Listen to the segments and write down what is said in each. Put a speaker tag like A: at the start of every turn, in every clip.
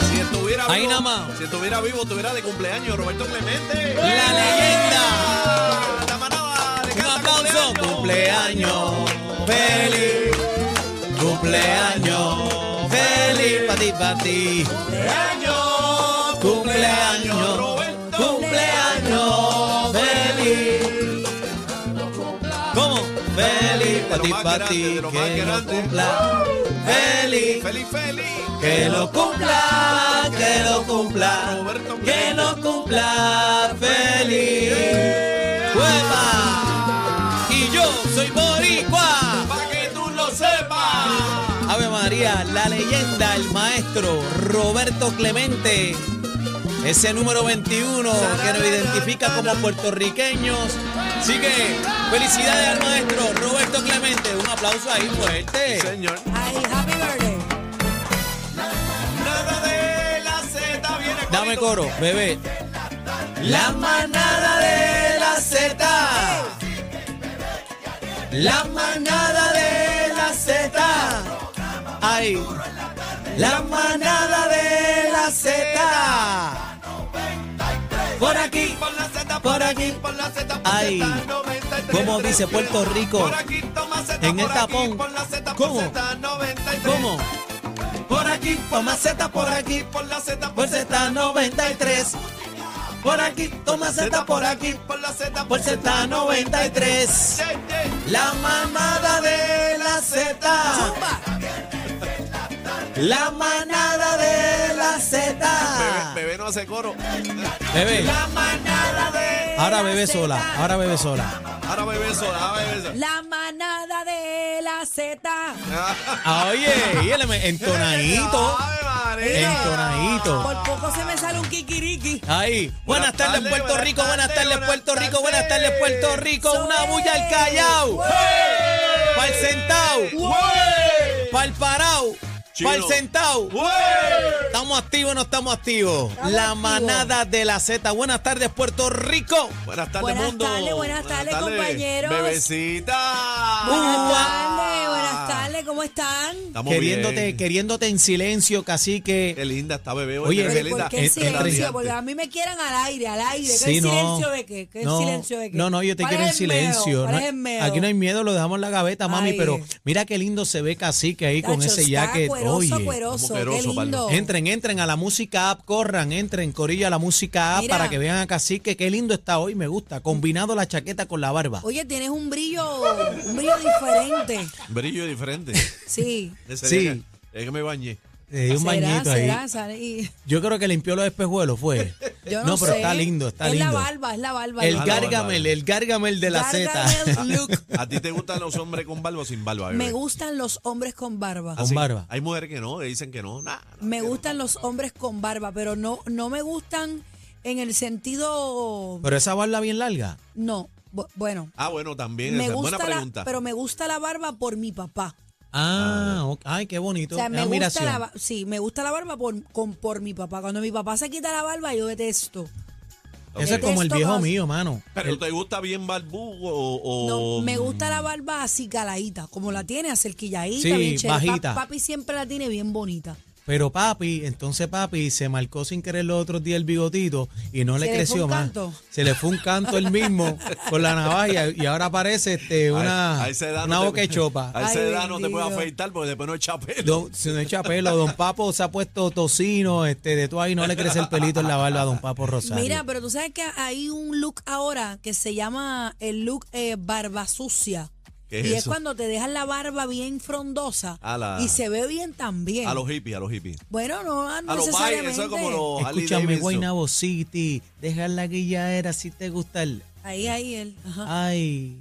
A: estuviera
B: Ahí
A: vivo,
B: nada más.
A: si estuviera vivo, estuviera de cumpleaños Roberto Clemente.
B: La leyenda.
A: La manada le
B: Un
A: canta
B: aplauso. Cumpleaños feliz. Cumpleaños feliz. Pa' ti, pa' ti.
A: Cumpleaños,
B: Cumpleaños.
A: Roberto.
B: Cumpleaños feliz. ¿Cómo? Feliz pa'
A: De lo
B: ti,
A: más
B: pa'
A: grande,
B: ti.
A: de lo más
B: Que lo
A: grande.
B: cumpla. Feliz.
A: Feliz, feliz.
B: Que lo cumpla, que lo cumpla,
A: Roberto
B: que
A: Clemente.
B: lo cumpla feliz. ¡Hueva! Y yo soy boricua.
A: Para que tú lo sepas.
B: Ave María, la leyenda, el maestro Roberto Clemente. Ese número 21 que nos identifica como puertorriqueños. Así que felicidades al maestro Roberto Clemente. Un aplauso ahí fuerte.
A: Señor.
C: Ay, happy birthday.
A: Nada de la Z viene con
B: Dame coro, bebé. La manada de la Z. La manada de la Z. Ay. La manada de la Z. Por aquí.
A: Por la Z,
B: Por aquí.
A: por la Z, por
B: Ay.
A: Z, 93,
B: ¿Cómo dice Puerto Rico?
A: Por aquí, toma Z,
B: En el
A: por aquí,
B: tapón.
A: por la Z, por
B: ¿Cómo?
A: Z, 93.
B: ¿Cómo? Por aquí, por más Z, por aquí.
A: Por la Z,
B: Por Z93. Por aquí, toma Z, por aquí.
A: Por la Z,
B: Por Z93.
A: Yeah, yeah.
B: La manada de la Z. La manada de la Z.
A: Bebé no hace coro. Ah,
B: Bebé,
C: La manada de
B: ahora
C: la
B: bebé
C: Zeta.
B: sola, ahora bebé sola.
A: Ahora bebé sola, ahora bebé sola.
C: La manada de la Z.
B: Ah, oye, y él me- entonadito.
A: Ave María.
B: Entonadito.
C: Por poco se me sale un kikiriki.
B: Ahí. Buenas
A: Buenas
B: tardes,
A: tardes,
B: Puerto
A: buenas
B: Rico. Buenas
A: tardes,
B: tardes,
A: buenas
B: Puerto Rico. Buenas tardes,
A: tardes.
B: Puerto Rico. Una bulla al callao. Pa'l sentao.
A: ¡Wey!
B: Pa'l parao. Pa'l
A: Chino.
B: sentao.
A: ¡Wey!
B: ¿Estamos activos o no estamos activos? la
C: activos.
B: manada de la Z. Buenas tardes, Puerto Rico.
A: Buenas tardes,
C: Buenas
A: mundo.
C: tardes, buenas tardes, compañeros.
A: Bebecita.
C: Buenas tardes, buenas tardes, ¿cómo están?
A: Estamos
B: Queriéndote,
A: bien.
B: queriéndote en silencio,
A: Qué
B: cacique.
A: linda está bebé.
B: Oye,
A: qué
C: Pero, ¿y
A: linda.
C: ¿Por qué el
B: en- en
C: silencio?
B: radiante.
C: Porque a mí me quieran al aire, al aire. ¿Qué
B: Sí, no.
C: silencio de qué? ¿Qué
B: No,
C: silencio de qué?
B: No, no, yo te
C: ¿Cuál
B: quiero en
C: es el miedo?
B: silencio.
C: ¿Cuál
B: No
C: es
B: hay-
C: el miedo?
B: aquí no hay miedo, lo dejamos en la gaveta, mami,
C: Ay.
B: pero mira qué lindo se ve cacique ahí con
C: Tacho,
B: ese
C: está
B: jacket.
C: Cueroso,
B: Oye.
C: cueroso,
A: como
C: qué
A: cueroso,
C: lindo.
A: Pablo.
B: Entren, entren a la música app, corran, entren, corilla a la música app
C: Mira.
B: para que vean a Cacique, qué lindo está hoy, me gusta, combinado la chaqueta con la barba.
C: Oye, tienes un brillo, un brillo diferente.
A: Brillo diferente.
C: Sí.
A: Ese
B: Sí.
A: día que- Es que me bañé.
B: Le di un
C: será,
B: bañito ahí.
C: será, sale- y-
B: Yo creo que limpió los espejuelos, fue.
C: yo no,
B: no, pero
C: sé.
B: está lindo, está
C: es
B: lindo.
C: Es la barba, es la barba. Ah,
B: El
C: Yo-
A: barba,
B: Gargamel,
A: barba.
B: el Gargamel de la Z.
C: Gargamel look.
A: ¿A ti te gustan los hombres con barba o sin barba? bebé?
C: Me gustan los hombres con barba.
B: Con barba.
A: Hay mujeres que no, que dicen que no. Nah, nah,
C: Me
A: que no.
C: gustan los hombres con barba, pero no, no me gustan en el sentido.
B: Pero esa barba bien larga.
C: No, bu- bueno.
A: Ah, bueno, también.
C: Me
A: esa es buena
C: gusta
A: pregunta.
C: la, pero me gusta la barba por mi papá.
B: Ah, ok. ay, qué bonito.
C: O sea,
B: Es
C: me gusta
B: admiración.
C: la, ba- sí, me gusta la barba por, con, por mi papá. Cuando mi papá se quita la barba, yo detesto.
A: Ok.
B: Eso es como el
C: Detesto
B: viejo
C: cuando-
B: mío, mano.
A: ¿Pero
B: El-
A: te gusta bien barbudo o,
C: No,
B: Oh,
A: o-
C: me gusta la barba así caladita, como la tiene, acerquilladita,
B: mm. Sí,
C: bien chévere. Pa-
B: bajita.
C: papi siempre la tiene bien bonita.
B: pero papi, entonces papi se marcó sin querer los otros días el bigotito y no le
C: Se le fue
B: creció
C: un
B: más.
C: canto.
B: Se le fue un canto él mismo con la navaja y ahora parece este, una,
A: A esa edad
B: una
A: no te-
B: boquechopa.
A: A esa
C: Ay,
A: edad no te puedes
C: bendito.
A: afeitar porque después no echa pelo.
B: Don- se no echa pelo. Don Papo se ha puesto tocino, este, de todo ahí no le crece el pelito en la barba a Don Papo Rosario.
C: Mira, pero tú sabes que hay un look ahora que se llama el look eh, barba sucia.
A: ¿Qué es
C: y es
A: eso?
C: cuando te dejan la barba bien frondosa
A: A la-
C: y se ve bien también.
A: A los hippies, a los hippies.
C: bueno, no, no
A: A los bikes,
C: necesariamente.
A: eso es como los Harley
B: Escúchame,
A: Davidson.
B: Guaynabo City, deja la guilladera si te gusta el...
C: Ahí, ahí él. Ajá.
B: Ay,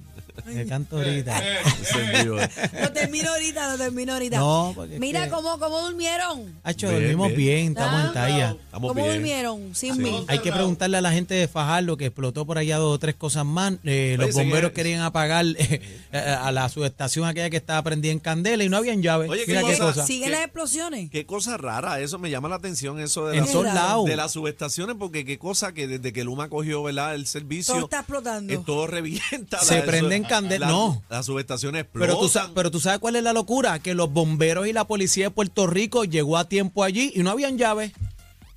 B: me canto ahorita.
A: Ese mío, eh.
C: Lo termino ahorita, lo termino ahorita.
B: No, porque es
C: Mira
B: que-
C: cómo, cómo durmieron.
B: Hacho,
A: Bien,
B: dormimos
A: bien.
B: bien, estamos en talla.
A: Estamos
C: ¿Cómo
A: bien.
C: durmieron? Sin
A: Sí.
C: mí.
B: Hay que preguntarle a la gente de Fajardo que explotó por allá dos o tres cosas más. Eh,
A: Oye,
B: los
A: señor.
B: bomberos querían apagar eh, eh, a la subestación aquella que estaba prendida en candela y no habían llaves.
A: Oye, qué
B: Mira qué
A: cosa.
B: cosa.
C: ¿Siguen
A: ¿Qué?
C: las explosiones?
A: Qué cosa rara, eso me llama la atención, eso de,
B: En
A: la-
B: todos lados.
A: de las subestaciones, porque qué cosa que desde que Luma cogió ¿verdad? el servicio,
C: Todo está explotando.
A: eh, todo revienta.
B: Se
A: la-
B: prenden
A: la-
B: candel-
A: la-
B: no.
A: Las subestaciones explotan.
B: Pero tú, sa- pero tú sabes cuál es la locura, que los bomberos y la policía de Puerto Rico llegó a tiempo allí y no habían llaves.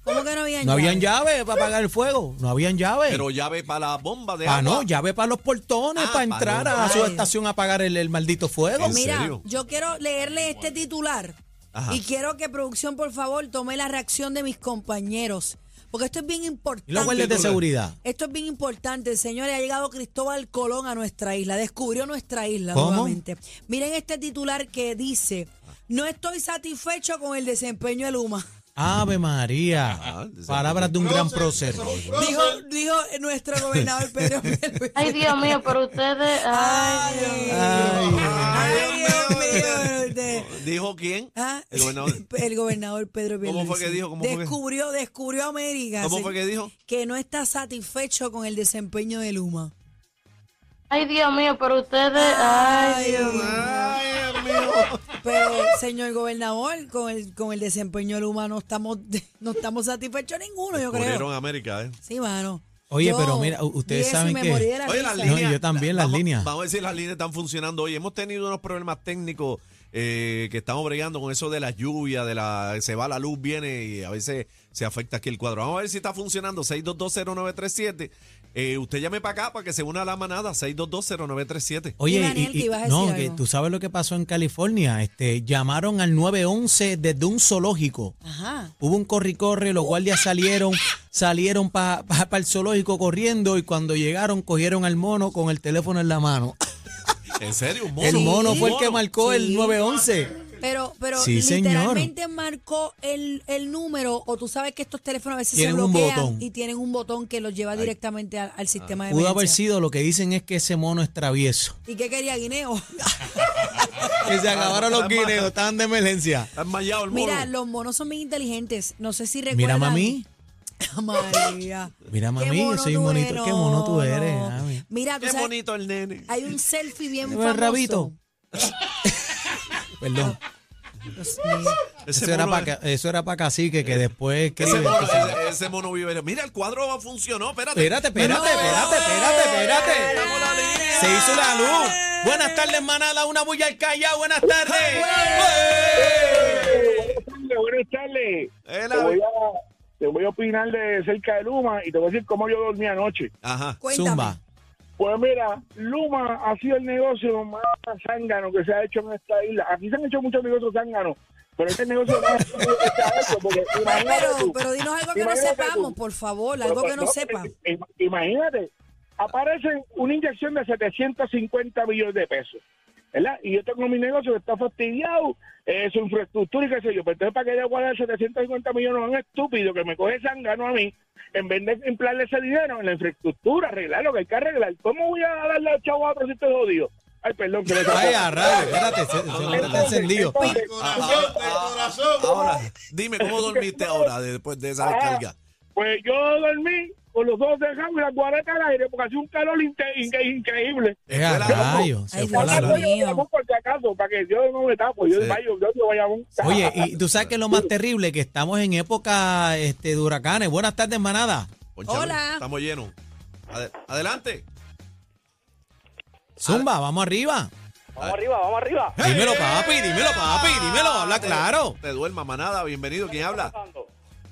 C: ¿Cómo que no habían
B: No habían
C: llave?
B: llave para apagar el fuego, no habían llave.
A: Pero llave para la bomba de
B: ah,
A: agua.
B: eh, no, llave para los portones,
A: Ah,
B: para
A: pa'
B: entrar
A: los-
B: a su
C: Ay.
B: estación a apagar el, el maldito fuego.
A: ¿En
C: Oh, Mira,
A: serio?
C: yo quiero leerle este titular
A: Ajá.
C: y quiero que producción, por favor, tome la reacción de mis compañeros, porque esto es bien importante.
B: Y los guardias de seguridad.
C: Esto es bien importante, señores. Ha llegado Cristóbal Colón a nuestra isla, descubrió nuestra isla
B: ¿Cómo?
C: nuevamente. Miren este titular que dice: No estoy satisfecho con el desempeño de Luma.
B: Ave María,
A: Ah,
B: palabras de un gran prócer.
C: Dijo, dijo nuestro gobernador Pedro Pierluisi.
D: Ay, Dios mío, pero ustedes. Ay, Dios mío.
B: Ay,
C: Ay, Dios mío, de-
A: ¿Dijo quién?
C: Ah,
A: El gobernador.
C: el gobernador Pedro Pierluisi.
A: ¿Cómo fue que dijo? ¿Cómo fue que-
C: descubrió, descubrió América.
A: ¿Cómo
C: se-
A: fue que dijo?
C: que no está satisfecho con el desempeño de Luma.
D: Ay, Dios mío, pero ustedes. Ay, Dios mío.
A: Ay, Dios mío.
C: Pero, señor gobernador, con el, con el desempeño de Luma no estamos, no estamos satisfechos ninguno, yo creo.
A: Descubrieron América, ¿eh?
C: Sí, mano.
B: Oye,
C: Yo
B: pero mira, u- ustedes
C: vi eso y
B: saben
C: me
B: que-
C: morí de la
A: Oye, las
C: risa.
B: No,
A: líneas.
B: yo también,
A: la-
B: las
A: vamos-
B: líneas.
A: Vamos a ver si las líneas están funcionando. Oye, hemos tenido unos problemas técnicos eh, que estamos bregando con eso de la lluvia, de la se va la luz, viene y a veces se afecta aquí el cuadro. Vamos a ver si está funcionando. 6220937. Eh, usted llame para acá para que se una a la manada. 6220937.
C: Y
B: Oye,
C: Daniel, que ibas a decir
B: no,
C: algo.
B: que tú sabes lo que pasó en California. Este, llamaron al 911 desde un zoológico.
C: Ajá.
B: Hubo un corri-corre, los guardias salieron, salieron para el zoológico corriendo y cuando llegaron cogieron al mono con el teléfono en la mano.
A: ¿En serio? Un mono.
B: El mono
A: Un
B: fue el que marcó el
C: Sí.
B: 911.
C: Pero, pero
B: Sí, señor.
C: literalmente marcó el, el número, o tú sabes que estos teléfonos a veces
B: Tienen
C: se
B: un
C: bloquean
B: botón.
C: y tienen un botón que los lleva directamente al,
A: Ah.
C: al sistema de
B: Pudo haber
C: emergencia.
B: sido, lo que dicen es que ese mono es travieso.
C: ¿Y qué quería Guineo?
B: Que se acabaron los
A: Está
B: guineos, estaban de emergencia.
A: Está enmayado el mono.
C: Mira, los monos son bien inteligentes. No sé si recuerdan.
B: Mira, mami.
C: María.
B: Mira,
C: Qué
B: mami,
C: mono
B: soy
C: tú
B: un monito.
C: eres,
B: Qué mono tú
C: no,
B: eres,
C: no.
B: mami.
C: Mira,
A: Qué
C: tú sabes,
A: bonito el nene.
C: hay un selfie bien
B: Mira
C: famoso.
B: el Pues, rabito. Perdón.
C: Dios mío.
A: Ese
B: Eso era,
A: mono
B: para,
A: es-
B: ca- eso era para cacique que después que
A: Ese mono, ese- ese mono vive. Mira, el cuadro funcionó. Espérate.
B: Espérate, espérate, espérate, espérate, espérate.
A: Estamos la línea.
B: Se hizo la luz. Buenas tardes, manada. Una bulla al callao. Buenas tardes.
E: tardes, buenas
A: Eh,
E: tardes. Te
A: la-
E: voy, a, te voy a opinar de cerca de Luma y te voy a decir cómo yo dormí anoche.
A: Ajá.
C: Cuéntame.
B: Zumba.
E: Pues mira, Luma ha sido el negocio más zángano que se ha hecho en esta isla. Aquí se han hecho muchos negocios zánganos, pero este negocio más que se ha hecho. Porque
C: Ay,
E: imagínate
C: Pero,
E: tú,
C: pero dinos algo que no
E: imagínate tú.
C: sepamos, por favor, algo que no sepa.
E: im- eh, Imagínate, aparece una inyección de 750 millones de pesos, ¿verdad? Y yo tengo mi negocio que está fastidiado, eh, su infraestructura y qué sé yo. Pero entonces, ¿para qué yo guardar 750 millones a un estúpido que me coge sangano a mí? En vez de emplearle ese dinero en la infraestructura, arreglar lo que hay que arreglar. ¿Cómo voy a darle al chavo a otro si estoy jodido? Ay, perdón, que le
B: Ay, a rayos, espérate, se, se- se- está encendido.
E: entonces,
B: Ah,
A: Ahora, dime cómo dormiste ahora después de esa descarga.
E: Pues yo dormí con los dos dejados y las guaretas al aire porque hacía un calor inte- inque- increíble.
B: Es a rayos, se
C: Ay,
B: fue a la
C: Dios
B: luz.
C: mío.
E: Por si acaso, para que yo no me tapo, yo
A: Sí.
E: desmayo, yo te voy a un-
B: Oye, y tú sabes que es lo más terrible que estamos en época este, de huracanes. Buenas tardes, manada.
A: Pónchalo,
C: Hola.
A: Estamos llenos. Ade- adelante.
B: Zumba, vamos arriba.
F: Vamos arriba, vamos arriba.
B: Dímelo, papi, dímelo, papi, dímelo, habla claro.
A: Te duerma, manada. Bienvenido. ¿Quién habla?
F: Pasando.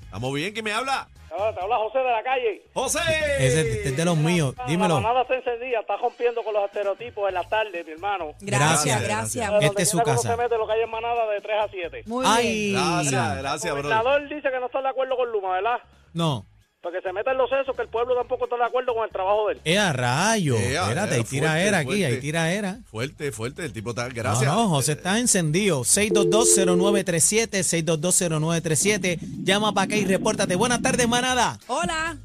A: Estamos bien. ¿Quién me habla?
F: Te habla- te habla José de la calle.
A: José.
B: Ese este es de- de los míos,
F: La
B: dímelo.
F: manada está encendida, está rompiendo con los estereotipos en la tarde, mi hermano.
C: Gracias,
A: Gracias,
C: gracias.
B: gracias.
F: Donde
B: Este es su
F: quiera que uno
B: casa.
F: se mete lo que hay en manada de 3 a 7.
C: Muy bien.
B: Ay,
A: Gracias,
F: El
A: gracias, brother.
F: gobernador dice que no está de acuerdo con Luma, ¿verdad?
B: no.
F: Porque se meten los sesos que el pueblo tampoco está de acuerdo con el trabajo de él.
B: Es a rayos.
A: Ea,
B: Espérate,
A: ea,
B: hay tiraera
A: fuerte,
B: aquí, hay
A: fuerte.
B: tiraera.
A: Fuerte, fuerte. El tipo está.
B: No,
A: Gracias.
B: no, José está encendido. 6220937, 6220937. Llama para acá y repórtate. Buenas tardes, manada.
C: Hola.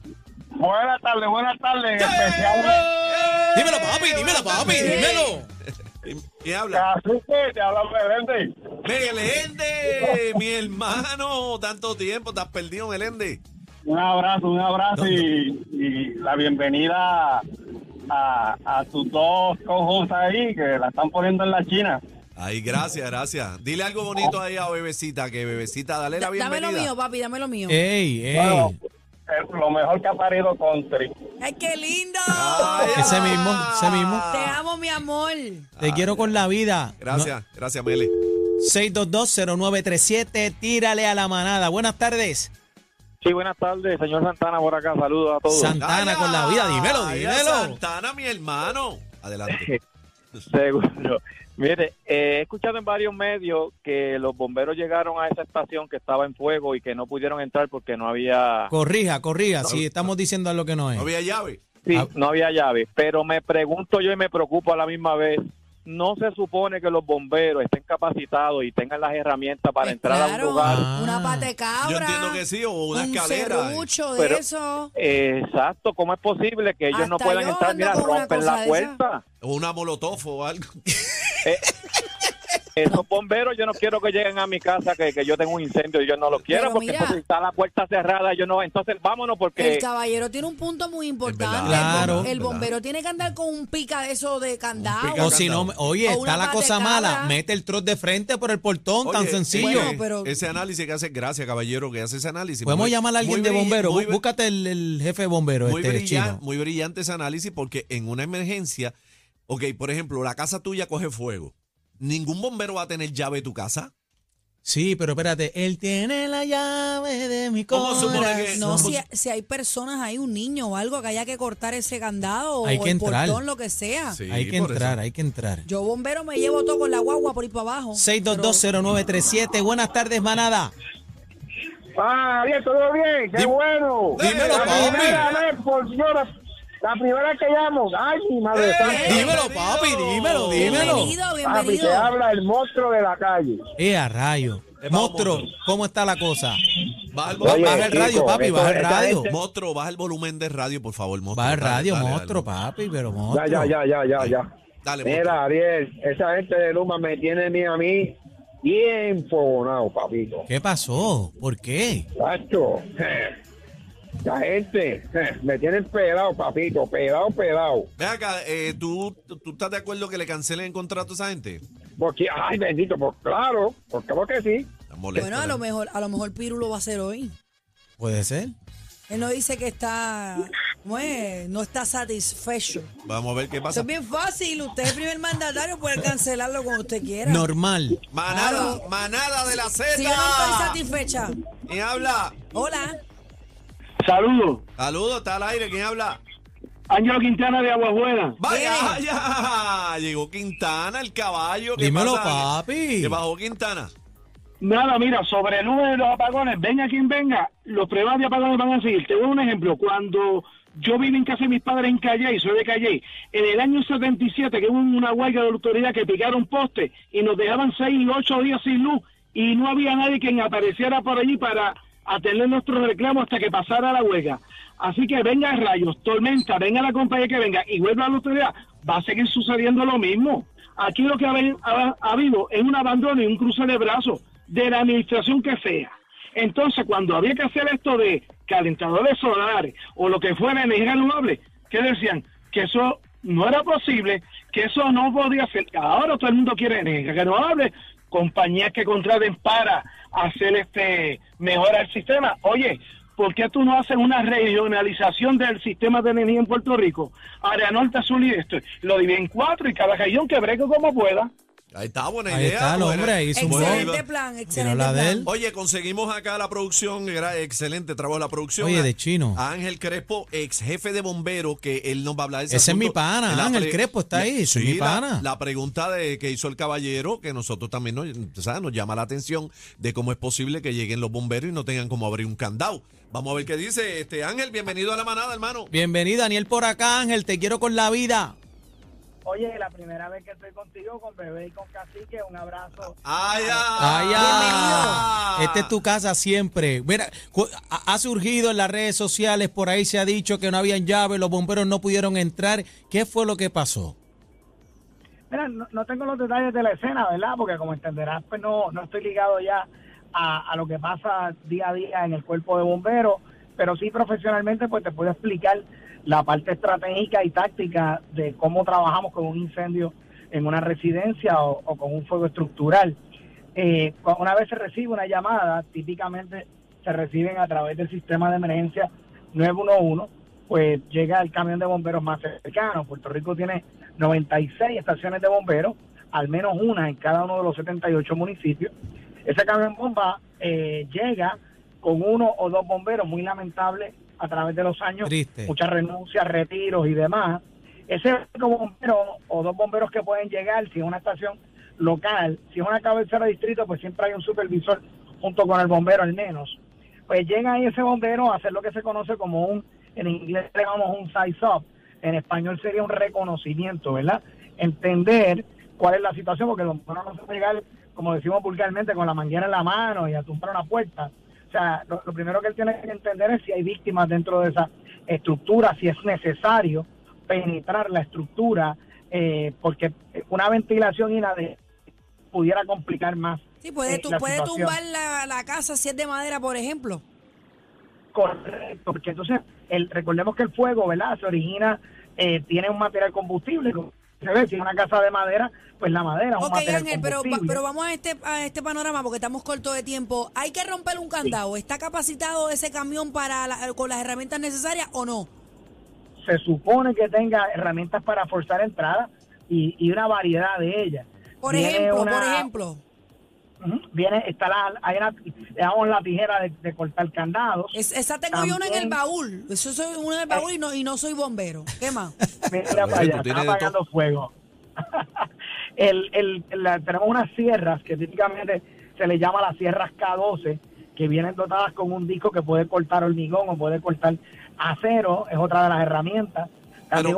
E: Buenas tardes, buenas tardes. Especial
B: Dímelo, papi, dímelo, papi, dímelo.
A: ¿Quién- ¿Quién habla?
E: cacique, te habla Melende.
A: Melende, mi hermano. Tanto tiempo. Estás perdido, Melende.
E: Un abrazo, un abrazo y, y la bienvenida a, a tus dos cojos ahí que la están poniendo en la China.
A: Ay, gracias, gracias. Dile algo bonito ahí a Bebecita, que Bebecita, dale la
C: Da- Dame
A: bienvenida.
C: lo mío, papi, dame lo mío.
B: Ey,
E: Bueno,
B: ey.
E: es lo mejor que ha parido Country.
C: Ay, qué lindo.
A: Ay,
B: Ese mismo, ese mismo.
C: Te amo, mi amor.
B: Te quiero con la vida.
A: Gracias, gracias, Mele.
B: No, 6220937, tírale a la manada. Buenas tardes.
E: Sí, buenas tardes, señor Santana por acá, saludos a
A: Oh,
E: todos.
B: Santana con la vida, dímelo,
A: Ay,
B: dímelo.
A: Santana, mi hermano. Adelante.
E: Seguro. Mire, eh, he escuchado en varios medios que los bomberos llegaron a esa estación que estaba en fuego y que no pudieron entrar porque no había
B: Corrija, corrija, si estamos diciendo lo que no es.
A: No había llave.
E: Sí,
B: Ah.
E: no había llave, pero me pregunto yo y me preocupo a la misma vez. ¿No se supone que los bomberos estén capacitados y tengan las herramientas para
C: Pues
E: entrar a
C: claro,
E: un lugar?
B: Ah.
C: Una pata de cabra.
A: Yo entiendo que sí, o una
C: un
A: escalera.
C: serrucho de
E: Pero-
C: eso.
E: Eh, Exacto, ¿cómo es posible que ellos no
C: Hasta
E: puedan
C: yo
E: entrar?
C: ando
E: Mira,
C: con una
E: rompen
C: cosa
E: la
C: de
E: puerta.
A: eh, O una molotov o algo.
E: Eh, esos bomberos yo no quiero que lleguen a mi casa que, que yo tengo un incendio y yo no lo quiero
C: Pero
E: porque
C: mira.
E: entonces está la puerta cerrada yo no entonces vámonos porque
C: El caballero tiene un punto muy importante.
B: verdad,
C: El bom-
B: Claro.
A: es
C: el,
A: verdad.
C: bombero tiene que andar con un pica de eso de candado.
A: pica-
B: O si no, oye,
C: O una
B: está la cosa
C: patecada.
B: mala, mete el trot de frente por el portón, tan
A: Oye, eh,
B: sencillo.
A: oye,
C: pero-
A: Ese análisis que hace, gracias, caballero, que hace ese análisis.
B: Podemos
A: Muy-
B: llamar a alguien
A: muy
B: de
A: brill-
B: bombero.
A: muy
B: Bú- Búscate el, el jefe de bombero,
A: muy,
B: este
A: brillante,
B: chino.
A: muy brillante ese análisis porque en una emergencia, ok, por ejemplo, la casa tuya coge fuego. Ningún bombero va a tener llave de tu casa.
B: Sí, pero espérate, él tiene la llave de mi
A: ¿Cómo supone
B: corazón.
A: que-
C: No,
A: No,
C: si,
A: pues-
C: si hay personas, hay un niño o algo que haya que cortar ese candado
B: Hay
C: o
B: que
C: el
B: entrar.
C: portón, lo que sea.
A: Sí,
B: hay que
A: por
B: entrar,
A: eso.
B: hay que entrar.
C: Yo, bombero, me llevo todo con la guagua por ir para abajo.
B: 6220937, buenas tardes, manada.
G: Ah, bien, todo bien, qué
A: Dim-
G: bueno.
A: dímelo,
G: la
A: papi.
G: primera vez, por Dios, la, la primera vez que llamo. Ay, mi madre santa.
B: Dímelo, papi, dímelo, dímelo.
C: Bienvenido,
G: Papi, te
C: bienvenido.
G: habla el monstruo de la calle.
B: Eh, a rayo.
A: Epa,
B: Monstruo,
A: monstruo.
B: ¿cómo está la cosa?
A: Baja el, vo-
G: Oye,
B: baja el
G: chico,
B: radio, papi,
G: esto-
B: baja el
G: esta
B: radio.
G: gente-
A: Monstruo, baja el volumen de radio, por favor, monstruo.
B: Baja el
A: Dale,
B: radio,
A: dale, dale.
B: monstruo, papi, pero monstruo.
G: Ya, ya, ya, ya, ya, ya.
A: Dale,
G: Mira, Ariel, esa gente de Luma me tiene a mí, a mí bien fogonado, papito.
B: ¿Qué pasó? ¿Por qué?
G: Tacho, la gente eh, me tienen pelado, papito, pelado, pelado.
A: Ve acá, eh, ¿tú, ¿tú estás de acuerdo que le cancelen el contrato a esa gente?
G: Porque, ay, bendito, pues claro, porque claro que sí.
A: Estás molesto,
C: Bueno, a lo
A: ¿no?
C: mejor, a lo mejor Piru lo va a hacer hoy.
B: ¿Puede ser?
C: Él no dice que está, ¿cómo es? no está satisfecho.
A: Vamos a ver qué
C: Eso
A: pasa.
C: es bien fácil. Usted es primer mandatario, puede cancelarlo cuando usted quiera.
B: Normal.
A: Manada,
C: Claro.
A: manada de la
C: Si yo no
A: Z.
C: estoy satisfecha.
A: ¿Quién habla?
C: Hola.
E: saludos
A: Saludos, está al aire. ¿Quién habla?
E: Ángelo Quintana de Aguajuela
A: Vaya,
C: Bien.
A: vaya. Llegó Quintana, el caballo. ¿Qué
B: Dímelo,
A: pasa?
B: papi.
A: ¿Qué bajó Quintana?
E: Nada, mira, sobre el uso de los apagones, venga quien venga, los pruebas de apagones van a seguir. Te voy a dar un ejemplo. Cuando yo viví en casa de mis padres en Calle, soy de Calle, en el año 77 que hubo una huelga de la autoridad que picaron postes y nos dejaban seis y ocho días sin luz y no había nadie quien apareciera por allí para atender nuestros reclamos hasta que pasara la huelga. Así que venga rayos, tormenta, venga la compañía que venga y vuelva a la autoridad, va a seguir sucediendo lo mismo. Aquí lo que ha, ven- ha- ha habido es un abandono y un cruce de brazos de la administración que sea. Entonces, cuando había que hacer esto de calentadores solares o lo que fuera energía renovable, ¿qué decían? Que eso no era posible, que eso no podía ser. Ahora todo el mundo quiere energía renovable, compañías que contraten para hacer este mejorar el sistema. Oye, ¿por qué tú no haces una regionalización del sistema de energía en Puerto Rico? Área norte, sur y este. Lo dividen en cuatro y cada región que bregue como pueda.
A: Ahí está, buena
B: Ahí
A: idea.
B: está el
A: buena-
B: hombre, hizo un
A: buena
B: buen-
A: idea.
C: Excelente plan,
B: Pero
C: excelente
B: la
C: plan.
B: de él-
A: Oye, conseguimos acá la producción, gra- excelente trabajo la producción.
B: Oye,
A: A-
B: de chino.
A: a Ángel Crespo, ex jefe de bomberos, que él nos va a hablar de ese
B: Ese es
A: asunto.
B: mi pana,
A: La
B: Ángel
A: pre-
B: Crespo está
A: la-
B: ahí, ese es
A: sí,
B: mi
A: la-
B: pana.
A: La, pregunta de, que hizo el caballero, que nosotros también nos, tú sabes, nos llama la atención de cómo es posible que lleguen los bomberos y no tengan como abrir un candado. Vamos a ver qué dice este Ángel, bienvenido a la manada, hermano.
B: Bienvenido, Daniel, por acá, Ángel, te quiero con la vida.
H: Oye, la primera vez que estoy contigo, con Bebé y con Cacique, un abrazo.
A: Ay,
B: Ay,
A: ay,
B: ah, Esta es tu casa siempre. Mira, cu- ha ha surgido en las redes sociales, por ahí se ha dicho que no habían llaves, los bomberos no pudieron entrar. ¿Qué fue lo que pasó?
H: Mira, no, no tengo los detalles de la escena, ¿verdad? Porque como entenderás, pues no, no estoy ligado ya a, a lo que pasa día a día en el cuerpo de bomberos, pero sí profesionalmente, pues te puedo explicar la parte estratégica y táctica de cómo trabajamos con un incendio en una residencia o, o con un fuego estructural. Eh, cu- una vez se recibe una llamada, típicamente se reciben a través del sistema de emergencia 911, pues llega el camión de bomberos más cercano. Puerto Rico tiene 96 estaciones de bomberos, al menos una en cada uno de los 78 municipios. Ese camión bomba eh, llega con uno o dos bomberos, muy lamentable a través de los años,
B: Triste.
H: muchas renuncias, retiros y demás. Ese único bombero o dos bomberos que pueden llegar, si es una estación local, si es una cabecera de distrito, pues siempre hay un supervisor junto con el bombero al menos. Pues llega ahí ese bombero a hacer lo que se conoce como un, en inglés le llamamos un size up, en español sería un reconocimiento, ¿verdad? Entender cuál es la situación, porque el bombero no se puede llegar, como decimos vulgarmente, con la manguera en la mano y a tumbar una puerta. O sea, lo, lo primero que él tiene que entender es si hay víctimas dentro de esa estructura, si es necesario penetrar la estructura, eh, porque una ventilación inadecuada pudiera complicar más.
C: Sí, puede,
H: eh,
C: tu-
H: la
C: puede
H: situación.
C: tumbar la, la casa si es de madera, por ejemplo.
H: Correcto, porque entonces el, recordemos que el fuego, ¿verdad? Se origina, eh, tiene un material combustible. como Se ve, si es una casa de madera, pues la madera es un
C: ok,
H: material
C: Ángel, pero, va-
H: combustible.
C: pero vamos a este, a este panorama porque estamos cortos de tiempo. ¿Hay que romper un candado? ¿Está capacitado ese camión para la- con las herramientas necesarias o no?
H: se supone que tenga herramientas para forzar entrada y, y una variedad de ellas.
C: Por
H: Viene
C: ejemplo,
H: una-
C: por ejemplo.
H: Ujú, Viene, está la, hay una, digamos, la tijera de, de cortar candados.
C: Es- esa tengo yo una en el
H: También-
C: baúl. Eso soy una en el baúl y no, y no soy bombero. ¿Qué más?
H: Mira
A: Oye,
H: para allá,
A: tú
H: están
A: tienes de
H: apagando fuego. el, el, la- tenemos unas sierras que típicamente se le llama las sierras K12, que vienen dotadas con un disco que puede cortar hormigón o puede cortar acero, es otra de las herramientas. También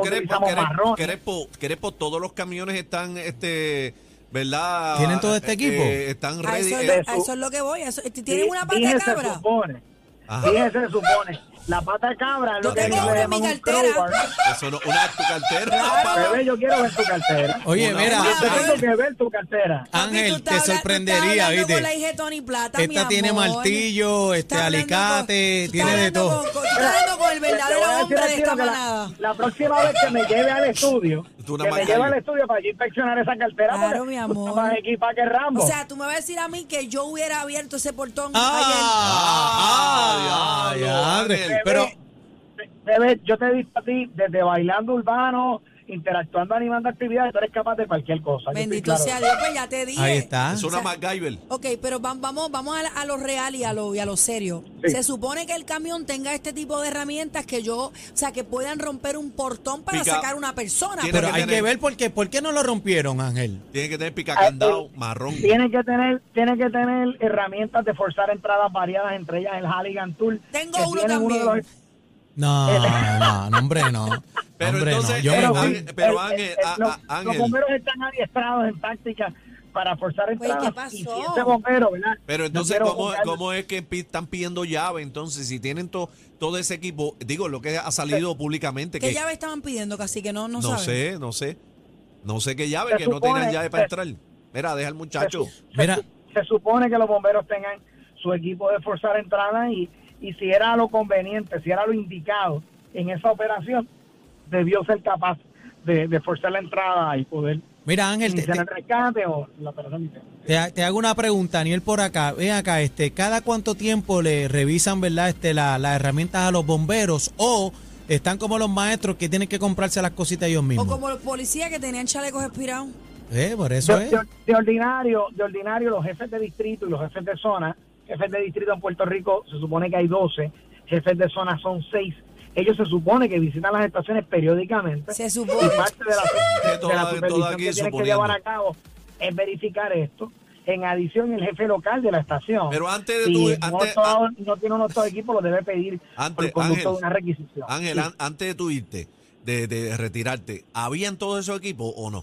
A: Pero Crespo,
H: utilizamos
A: Crespo,
H: marrones.
A: Crespo, Crespo, todos los camiones están, este, ¿verdad?
B: ¿Tienen todo este equipo?
A: Eh, están
C: A
A: ready.
C: Ah, eso, es
A: eh,
C: lo- a eso es lo que voy. a eso- ¿Tienen
H: Di-
C: una pata
H: dije
C: de
H: Se
C: cabra?
H: supone,
A: ajá.
H: dije se supone. La pata de cabra es
C: Yo
H: lo que
A: tengo
H: aquí le
A: una en
H: llaman
C: mi
H: un
C: cartera.
H: crowbar.
A: Eso no, una tu cartera.
C: Claro.
H: Bebé, yo quiero ver tu cartera.
B: Oye,
A: Una
B: mira,
H: Yo
C: mala.
B: Ángel,
H: tengo que ver tu cartera.
C: Papi, tú
B: Ángel,
C: estás
B: te
C: habla- tú estás
B: sorprendería,
C: hablando
B: ¿viste?
C: con la hija de Tony Plata, mi
B: Esta tiene
C: amor.
B: martillo, este
C: Está hablando
B: alicate,
C: con- tú estás
B: tiene de
C: hablando
B: todo.
C: con- con- tú estás hablando con el
H: Te voy
C: verdadero
H: a decir
C: hombre de
H: aquí
C: esta
H: lo que la-
C: manada.
H: La, próxima vez que me lleve al estudio,
A: Tú una
H: que me
A: más
H: lleve
A: calle.
H: al estudio para yo inspeccionar esa cartera.
C: Claro,
H: porque
C: mi
H: tú estás
C: amor.
H: Más equipa que Rambo.
C: O sea, tú me vas a decir a mí que yo hubiera abierto ese portón
B: Ah,
A: Ah,
B: ah,
A: diablo,
B: ya, Andrés,
A: Ángel.
B: Pero
H: Bebé, yo te he visto a ti desde bailando urbano, interactuando, animando actividades, tú eres capaz de cualquier cosa.
C: ayer.
H: yo estoy
C: Bendito
H: Ah, claro.
C: sea Dios, pues ya te dije.
B: ahí está.
A: Es
C: O
A: una
C: sea,
A: MacGyver.
C: Ok, pero vam- vamos, vamos a, la- a lo real y a lo, y a lo serio.
H: Sí.
C: Se supone que el camión tenga este tipo de herramientas que yo, o sea, que puedan romper un portón para
A: Pica-
C: sacar una persona.
A: Tiene
B: Pero
A: que
B: hay
A: tener-
B: que ver por qué, por qué no lo rompieron, Ángel.
A: Tiene que tener
H: eh,
A: picacandado marrón.
H: Tiene que tener, tiene que tener herramientas de forzar entradas variadas, entre ellas el Halligan Tool.
C: Tengo
H: que
C: uno
H: tienen de
C: también.
H: los-
B: No, no, no, hombre, no.
A: Pero
B: hombre,
A: entonces,
B: no. Yo
A: eh,
B: me
H: Pero,
B: voy.
A: Ángel- pero
H: el-
A: Ángel,
H: el- el-
A: a-
H: los,
A: a-
H: los
A: Ángel.
H: bomberos están adiestrados en tácticas para forzar
C: Güey,
H: entradas.
C: ¿qué
H: Y si
C: pasó?
H: ese bombero, ¿verdad?
A: Pero
H: No
A: entonces,
H: quiero
A: ¿cómo,
H: juzgar-
A: cómo es que pi- están pidiendo llave? Entonces, si tienen to- todo ese equipo, digo, lo que ha salido públicamente,
C: ¿Qué
A: que
C: llave estaban pidiendo? Casi que no, no,
A: no
C: saben.
A: sé, no sé, no sé qué llave,
H: Se
A: que no
H: supone-
A: tienen llave para
H: se-
A: entrar. Mira, deja al muchacho.
B: Mira,
H: Se supone que los bomberos tengan su equipo de forzar entradas y, y si era lo conveniente, si era lo indicado en esa operación, debió ser capaz de, de forzar la entrada y poder
B: mira, Ángel, te-
H: iniciar el
B: te,
H: rescate o la operación. inicial.
B: te ha- te hago una pregunta, Aniel, por acá. Ve acá, este, ¿cada cuánto tiempo le revisan, verdad, este, la- las herramientas a los bomberos? ¿O están como los maestros que tienen que comprarse las cositas ellos
C: O
B: mismos?
C: como los policías que tenían chalecos expirados.
B: Eh, por eso
H: De,
B: es.
H: de- de ordinario, de ordinario, los jefes de distrito y los jefes de zona, jefes de distrito en Puerto Rico se supone que hay 12, jefes de zona son 6. Ellos se supone que visitan las estaciones periódicamente.
C: Se
H: Y
C: supone.
H: parte de la, de
A: todo-
H: la
A: todo
H: supervisión
A: aquí
H: que tienen que
A: suponiendo.
H: llevar a cabo es verificar esto. En adición, el jefe local de la estación.
A: Pero antes de
H: si
A: tu...
H: no,
A: antes- ah.
H: todo- no tiene uno todo equipo, lo debe pedir
A: Antes,
H: por conducto
A: Ángel,
H: de una requisición.
A: Ángel,
H: Sí.
A: an- antes de tu irte, de, de retirarte, ¿habían todos esos equipos o no?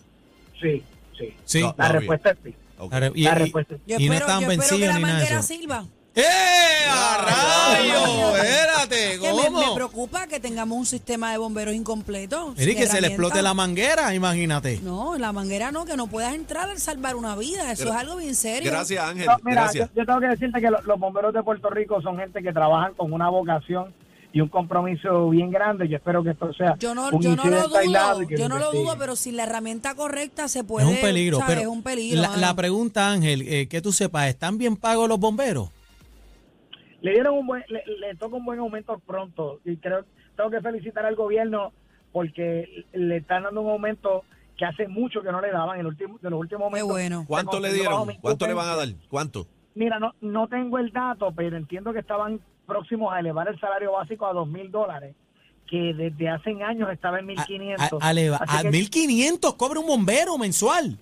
H: sí, sí.
B: Sí.
A: No,
H: La
A: no
H: respuesta es sí.
A: Ok.
B: Ahora, y-
H: La
B: y-
H: respuesta es sí.
C: Yo
B: Y no
C: espero,
B: estaban
C: yo espero que
B: vencidos
C: la
B: ni nada de
C: manguera
B: eso.
C: silba.
B: ¡Eh! ¡A rayo! Espérate,
C: Que me, me
B: ¿cómo?
C: preocupa que tengamos un sistema de bomberos incompleto.
B: Mira, y
C: sin
B: que se le explote
C: herramientas.
B: la manguera, imagínate.
C: No, la manguera no, que no puedas entrar al salvar una vida. Eso
A: Gra-
C: es algo bien serio.
A: Gracias, Ángel.
H: No, mira, yo,
A: gracias.
H: yo tengo que decirte que lo- los bomberos de Puerto Rico son gente que trabajan con una vocación y un compromiso bien grande. Yo espero que esto sea
C: Yo no,
H: un
C: yo no lo
H: incidente aislado
C: dudo,
H: y que
C: yo no lo
H: investiguen.
C: dudo, pero sin la herramienta correcta se
B: Es
C: puede.
B: un peligro,
C: ¿sabes?
B: pero
C: es un peligro.
B: la,
C: mano.
B: la pregunta, Ángel, eh, que tú sepas, ¿están bien pagos los bomberos?
H: le dieron un buen, le, le toca un buen aumento pronto y creo tengo que felicitar al gobierno porque le están dando un aumento que hace mucho que no le daban en el último de los últimos
C: Qué
H: momentos
C: bueno.
A: ¿Cuánto le
H: Bajo mi
A: dieron? ¿Cuánto le van a
H: incumbencia.
A: dar? ¿Cuánto?
H: Mira, no, no tengo el dato, pero entiendo que estaban próximos a elevar el salario básico a dos mil dólares, que desde hace años estaba en
B: A,
H: 1500.
B: a- a leva-
H: Así
B: a
H: que
B: 1.500 cobra un bombero mensual.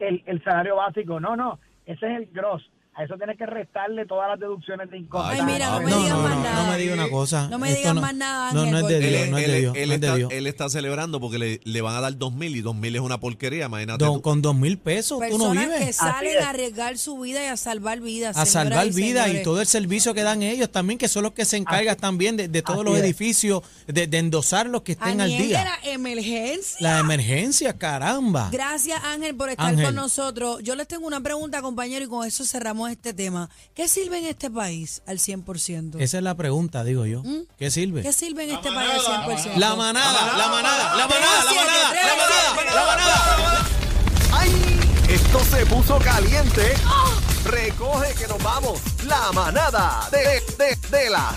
H: el, el salario básico, no, no, ese es el gross. A eso tienes que restarle todas las deducciones de impuestos.
A: Ay, mira, no me
B: no,
A: digas
B: no,
A: más
B: no,
A: nada.
B: no me diga una cosa.
C: No me
B: Esto
C: digas más nada,
B: No, no es
C: Ángel,
B: de
C: porque-
B: Dios, no es de Dios.
A: él
B: no es de
A: está,
B: Dios.
A: él está celebrando porque le, le van a dar dos mil y dos mil es una porquería, imagínate.
B: Don-
A: tú.
B: con dos mil pesos tú no
C: Personas que
B: vives.
C: salen
H: es.
C: a arriesgar su vida y a salvar vidas.
B: A
C: señoras
B: salvar vidas y
C: señores.
B: todo el servicio que dan ellos también, que son los que se encargan también de, de todos
H: Así
B: los
H: es.
B: edificios, de, de endosar los que estén al
C: Aniel de
B: día.
C: la emergencia.
B: La emergencia, caramba.
C: Gracias Ángel por estar
B: Ángel.
C: con nosotros. Yo les tengo una pregunta, compañero, y con eso cerramos este tema. ¿Qué sirve en este país al 100%?
B: Esa es la pregunta, digo yo. ¿Qué sirve?
C: Mm. ¿Qué sirve en este país al 100%?
B: La manada, la manada, la manada, la
C: Tres,
B: manada,
C: siete,
B: la
C: tres,
B: manada,
C: siete.
B: la manada.
I: ¡Ay! Esto se puso caliente. Recoge que nos vamos. La manada de, de, de la